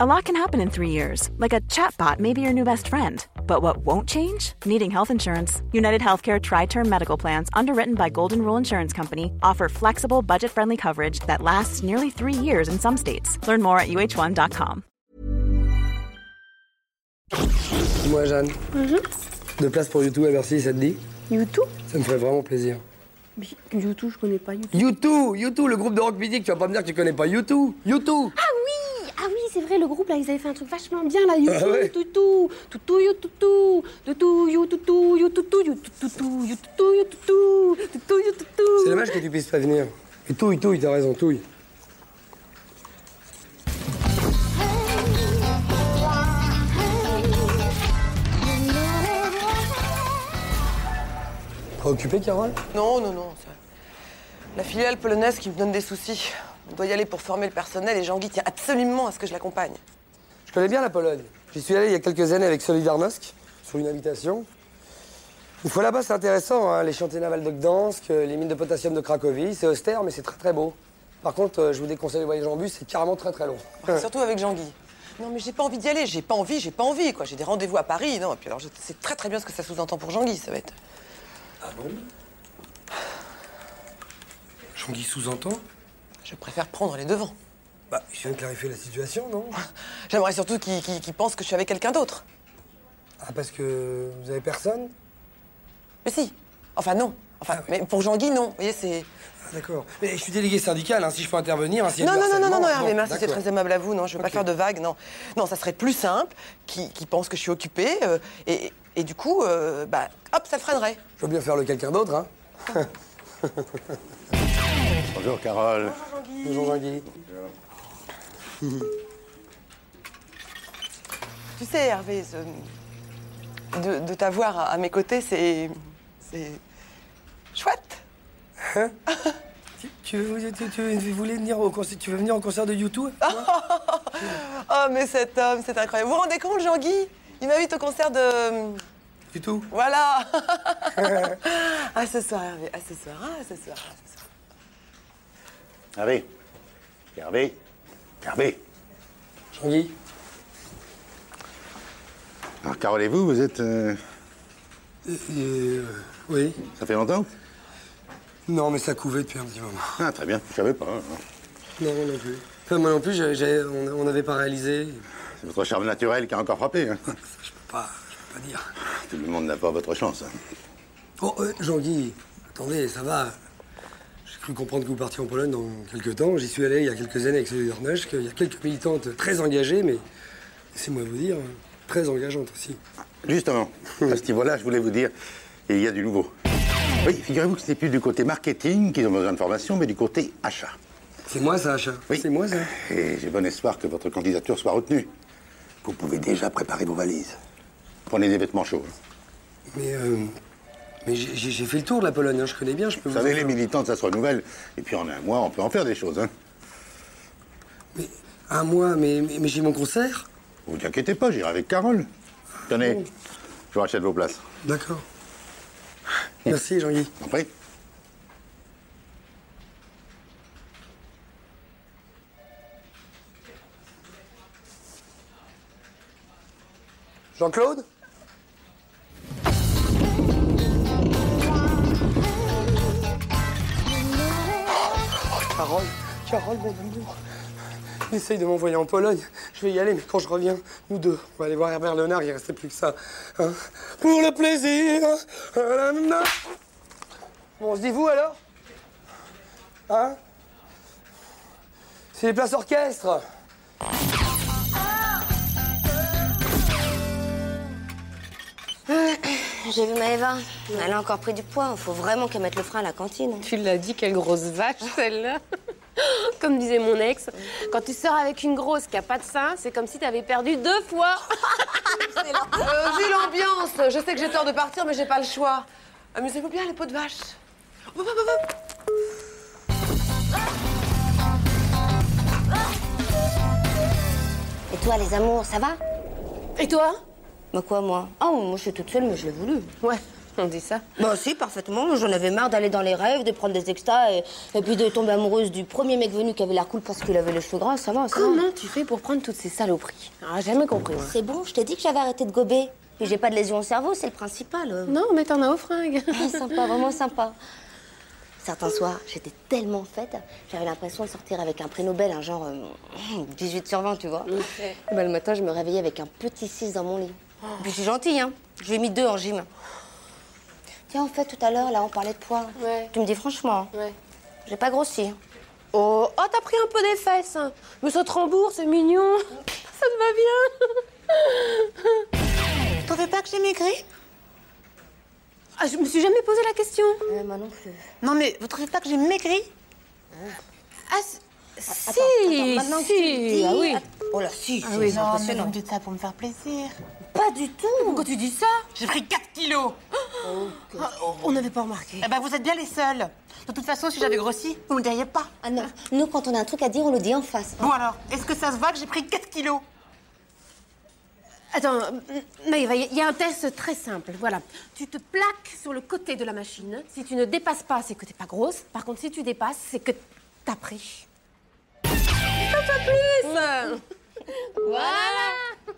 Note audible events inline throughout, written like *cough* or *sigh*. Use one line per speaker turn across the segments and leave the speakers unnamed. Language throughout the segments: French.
A lot can happen in three years, like a chatbot may be your new best friend. But what won't change? Needing health insurance. United Healthcare Tri Term Medical Plans, underwritten by Golden Rule Insurance Company, offer flexible, budget friendly coverage that lasts nearly three years in some states. Learn more at uh1.com.
Dis-moi, Jeanne, de place pour YouTube à Bercy, ça te dit
Mhm. YouTube
Ça me ferait vraiment plaisir.
Mais YouTube, je connais pas YouTube.
YouTube, YouTube, le groupe de rock music, tu vas pas me dire que tu connais pas YouTube, YouTube.
Ah oui Ah oui, c'est vrai, le groupe là, ils avaient fait un truc vachement bien là. YouTube,
Ah ouais
toutou, toutou, you toutou, toutou, you toutou, you toutou, you toutou, you toutou, you toutou, toutou, you toutou.
C'est dommage que tu puisses pas venir. Et touille, touille, t'as raison, touille. T'es occupé, Carole
Non, non, non. ça- La filiale polonaise qui me donne des soucis. On doit y aller pour former le personnel et Jean-Guy tient absolument à ce que je l'accompagne.
Je connais bien la Pologne. J'y suis allé il y a quelques années avec Solidarnosc, sur une invitation. Une fois là-bas, c'est intéressant, hein, les chantiers navals de Gdansk, euh, les mines de potassium de Cracovie. C'est austère, mais c'est très très beau. Par contre, euh, je vous déconseille les voyages en bus, c'est carrément très très long.
Enfin, Surtout avec Jean-Guy. Non, mais j'ai pas envie d'y aller, j'ai pas envie, j'ai pas envie, quoi. J'ai des rendez-vous à Paris, non. Et puis alors, je sais très très bien ce que ça sous-entend pour Jean-Guy, ça va être.
Jean-Guy sous-entend
Je préfère prendre les devants.
Bah, je viens de clarifier la situation, non
J'aimerais surtout qu'il qu'il- qu'il pense que je suis avec quelqu'un d'autre.
Ah, parce que vous avez personne
Mais si. Enfin, non. Enfin, mais pour Jean-Guy, non. Vous voyez, c'est.
Ah, d'accord. Mais je suis délégué syndical, hein, si je peux intervenir. hein, s'il y a
Non,
du
non, non, non, non,
harcèlement,
non, Hervé,
bon,
merci, c'est
d'accord.
très aimable à vous. Non, je veux
Ok.
pas faire de vagues, non. Non, ça serait plus simple qu'il qu'il pense que je suis occupée euh, et, et du coup, euh, bah, hop, ça le freinerait.
Je veux bien faire le quelqu'un d'autre, hein. *laughs*
Bonjour Carole.
Bonjour, Jean-Guy.
Tu sais, Hervé, ce- de, de t'avoir à, à mes côtés, c'est. C'est. chouette.
Tu, tu veux- tu- tu- tu voulais venir au concert, tu veux venir au concert de YouTube
Ah. Oh, mais cet homme, c'est incroyable. Vous vous rendez compte, Jean-Guy Il m'invite au concert de.
Du tout.
Voilà *laughs* À ce soir, Hervé, à ce soir, ah, à ce soir, à ce soir.
Hervé. Hervé. Hervé.
Jean-Guy
Alors Carole et vous, vous êtes. euh,
Euh, Oui.
ça fait longtemps
Non, mais ça couvait depuis un petit moment.
Ah très bien, je savais pas. hein.
Non, moi non plus. Enfin, moi non plus, j'ai- j'ai- on on n'avait pas réalisé.
C'est votre charme naturel qui a encore frappé. hein. *laughs*
Je peux pas, je peux pas dire.
Tout le monde n'a pas votre chance. hein.
Bon, euh, Jean-Guy, attendez, ça va. J'ai cru comprendre que vous partiez en Pologne dans quelques temps. J'y suis allé il y a quelques années avec Céline Ornage, qu'il y a quelques militantes très engagées, mais laissez-moi vous dire, très engageantes aussi. *laughs*
Justement, à ce niveau-là, je voulais vous dire, il y a du nouveau. Oui, figurez-vous que c'est plus du côté marketing qu'ils ont besoin de formation, mais du côté achat.
C'est moi ça, Achat
Oui.
C'est moi ça
Et j'ai bon espoir que votre candidature soit retenue. Vous pouvez déjà préparer vos valises. Prenez des vêtements chauds. hein.
Mais, euh, mais j'ai- j'ai j'ai fait le tour de la Pologne, hein, je connais bien, je peux
Vous
vous...
savez, les militants, ça se renouvelle. Et puis en un mois, on peut en faire des choses. Hein.
Mais, un mois, mais, mais, mais j'ai mon concert
Vous vous inquiétez pas, j'irai avec Carole. Tenez, je vous rachète vos places.
D'accord. Merci Jean-Guy.
Vous en prie.
Jean-Claude Carole, Carole, mon amour. Essaye de m'envoyer en Pologne. Je vais y aller, mais quand je reviens, nous deux, on va aller voir Herbert Léonard, il restait plus que ça. hein. Pour le plaisir ah, là, là. Bon, on se dit vous alors Hein C'est les places orchestres
J'ai vu Maëva. Elle a encore pris du poids. Faut vraiment qu'elle mette le frein à la cantine.
Tu l'as dit, quelle grosse vache celle-là *laughs* Comme disait mon ex, quand tu sors avec une grosse qui a pas de sein, c'est comme si t'avais perdu deux fois.
Euh, vu l'ambiance, je sais que j'ai tort de partir, mais j'ai pas le choix. Amusez-vous bien, les peaux de vache. Hop, hop, hop, hop.
Et toi, les amours, ça va
Et toi
Ah, Bah quoi, moi Oh, moi, je suis toute seule, mais je l'ai voulu.
Ouais. on dit ça.
Bah si, parfaitement. J'en avais marre d'aller dans les rêves, de prendre des extas et, et puis de tomber amoureuse du premier mec venu qui avait l'air cool parce qu'il avait les cheveux gras. Ça va, ça va.
Comment tu fais pour prendre toutes ces saloperies Ah, jamais compris. moi.
C'est bon, je t'ai dit que j'avais arrêté de gober. Puis j'ai pas de lésion au cerveau, c'est le principal. euh.
Non, mais t'en as aux fringues.
Ah, sympa, vraiment sympa. Certains soirs, j'étais tellement faite, j'avais l'impression de sortir avec un prix Nobel, un genre euh, 18 sur 20, tu vois. Et ben, le matin, je me réveillais avec un petit 6 dans mon lit. Puis je suis gentille, hein. Je lui ai mis deux en gym. Tiens, en fait, tout à l'heure, là, on parlait de poids.
Ouais.
Tu me dis franchement, hein,
Ouais.
j'ai pas grossi. hein.
Oh, oh t'as pris un peu des fesses. hein. Mais ça te rembourse, c'est mignon. *laughs* Ça te va bien. *laughs*
Tu trouvais pas que j'ai maigri
Ah, je me suis jamais posé la question.
Moi non plus.
Non mais vous trouvez pas que j'ai maigri
Ah, c- si,
Attends, maintenant que tu le
si.
dis,
Ah oui.
att- Oh là, si, c'est
Ah Oui, non, mais vous
impressionnant.
me dites ça pour me faire plaisir.
Pas du tout.
Pourquoi tu dis ça J'ai pris 4 kilos.
Ah, On n'avait pas remarqué.
Eh ben vous êtes bien les seuls. De toute façon, si j'avais grossi, vous me le diriez pas.
Ah non, nous, quand on a un truc à dire, on le dit en face.
Bon alors, est-ce que ça se voit que j'ai pris 4 kilos
Attends, Maëva, il y a un test très simple. Voilà. Tu te plaques sur le côté de la machine. Si tu ne dépasses pas, c'est que t'es pas grosse. Par contre, si tu dépasses, c'est que t'as pris.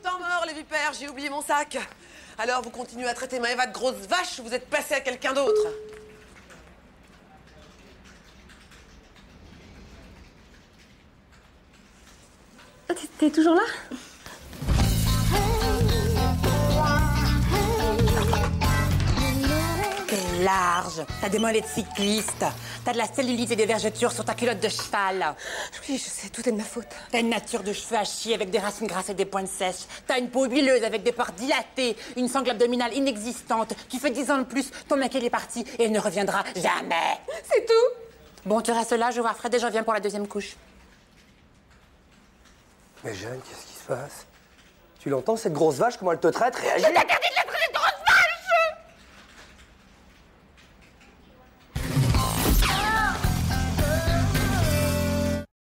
Temps mort, les vipères, j'ai oublié mon sac. Alors, vous continuez à traiter Maëva de grosse vache ou vous êtes passé à quelqu'un d'autre
T'es toujours là
T'es large, t'as des mollets de cycliste, t'as de la cellulite et des vergetures sur ta culotte de cheval.
Oui, je sais, tout est de ma faute.
T'as une nature de cheveux à chier avec des racines grasses et des pointes sèches. T'as une peau huileuse avec des pores dilatées, une sangle abdominale inexistante. Tu fais 10 ans de plus, ton mec il est parti et il ne reviendra jamais.
C'est tout
Bon, tu restes là, je vais voir Fred et je reviens pour la deuxième couche.
Mais Jeanne, qu'est-ce qui se passe Tu l'entends, cette grosse vache, comment elle te traite Réagis
T'interdis de la traiter de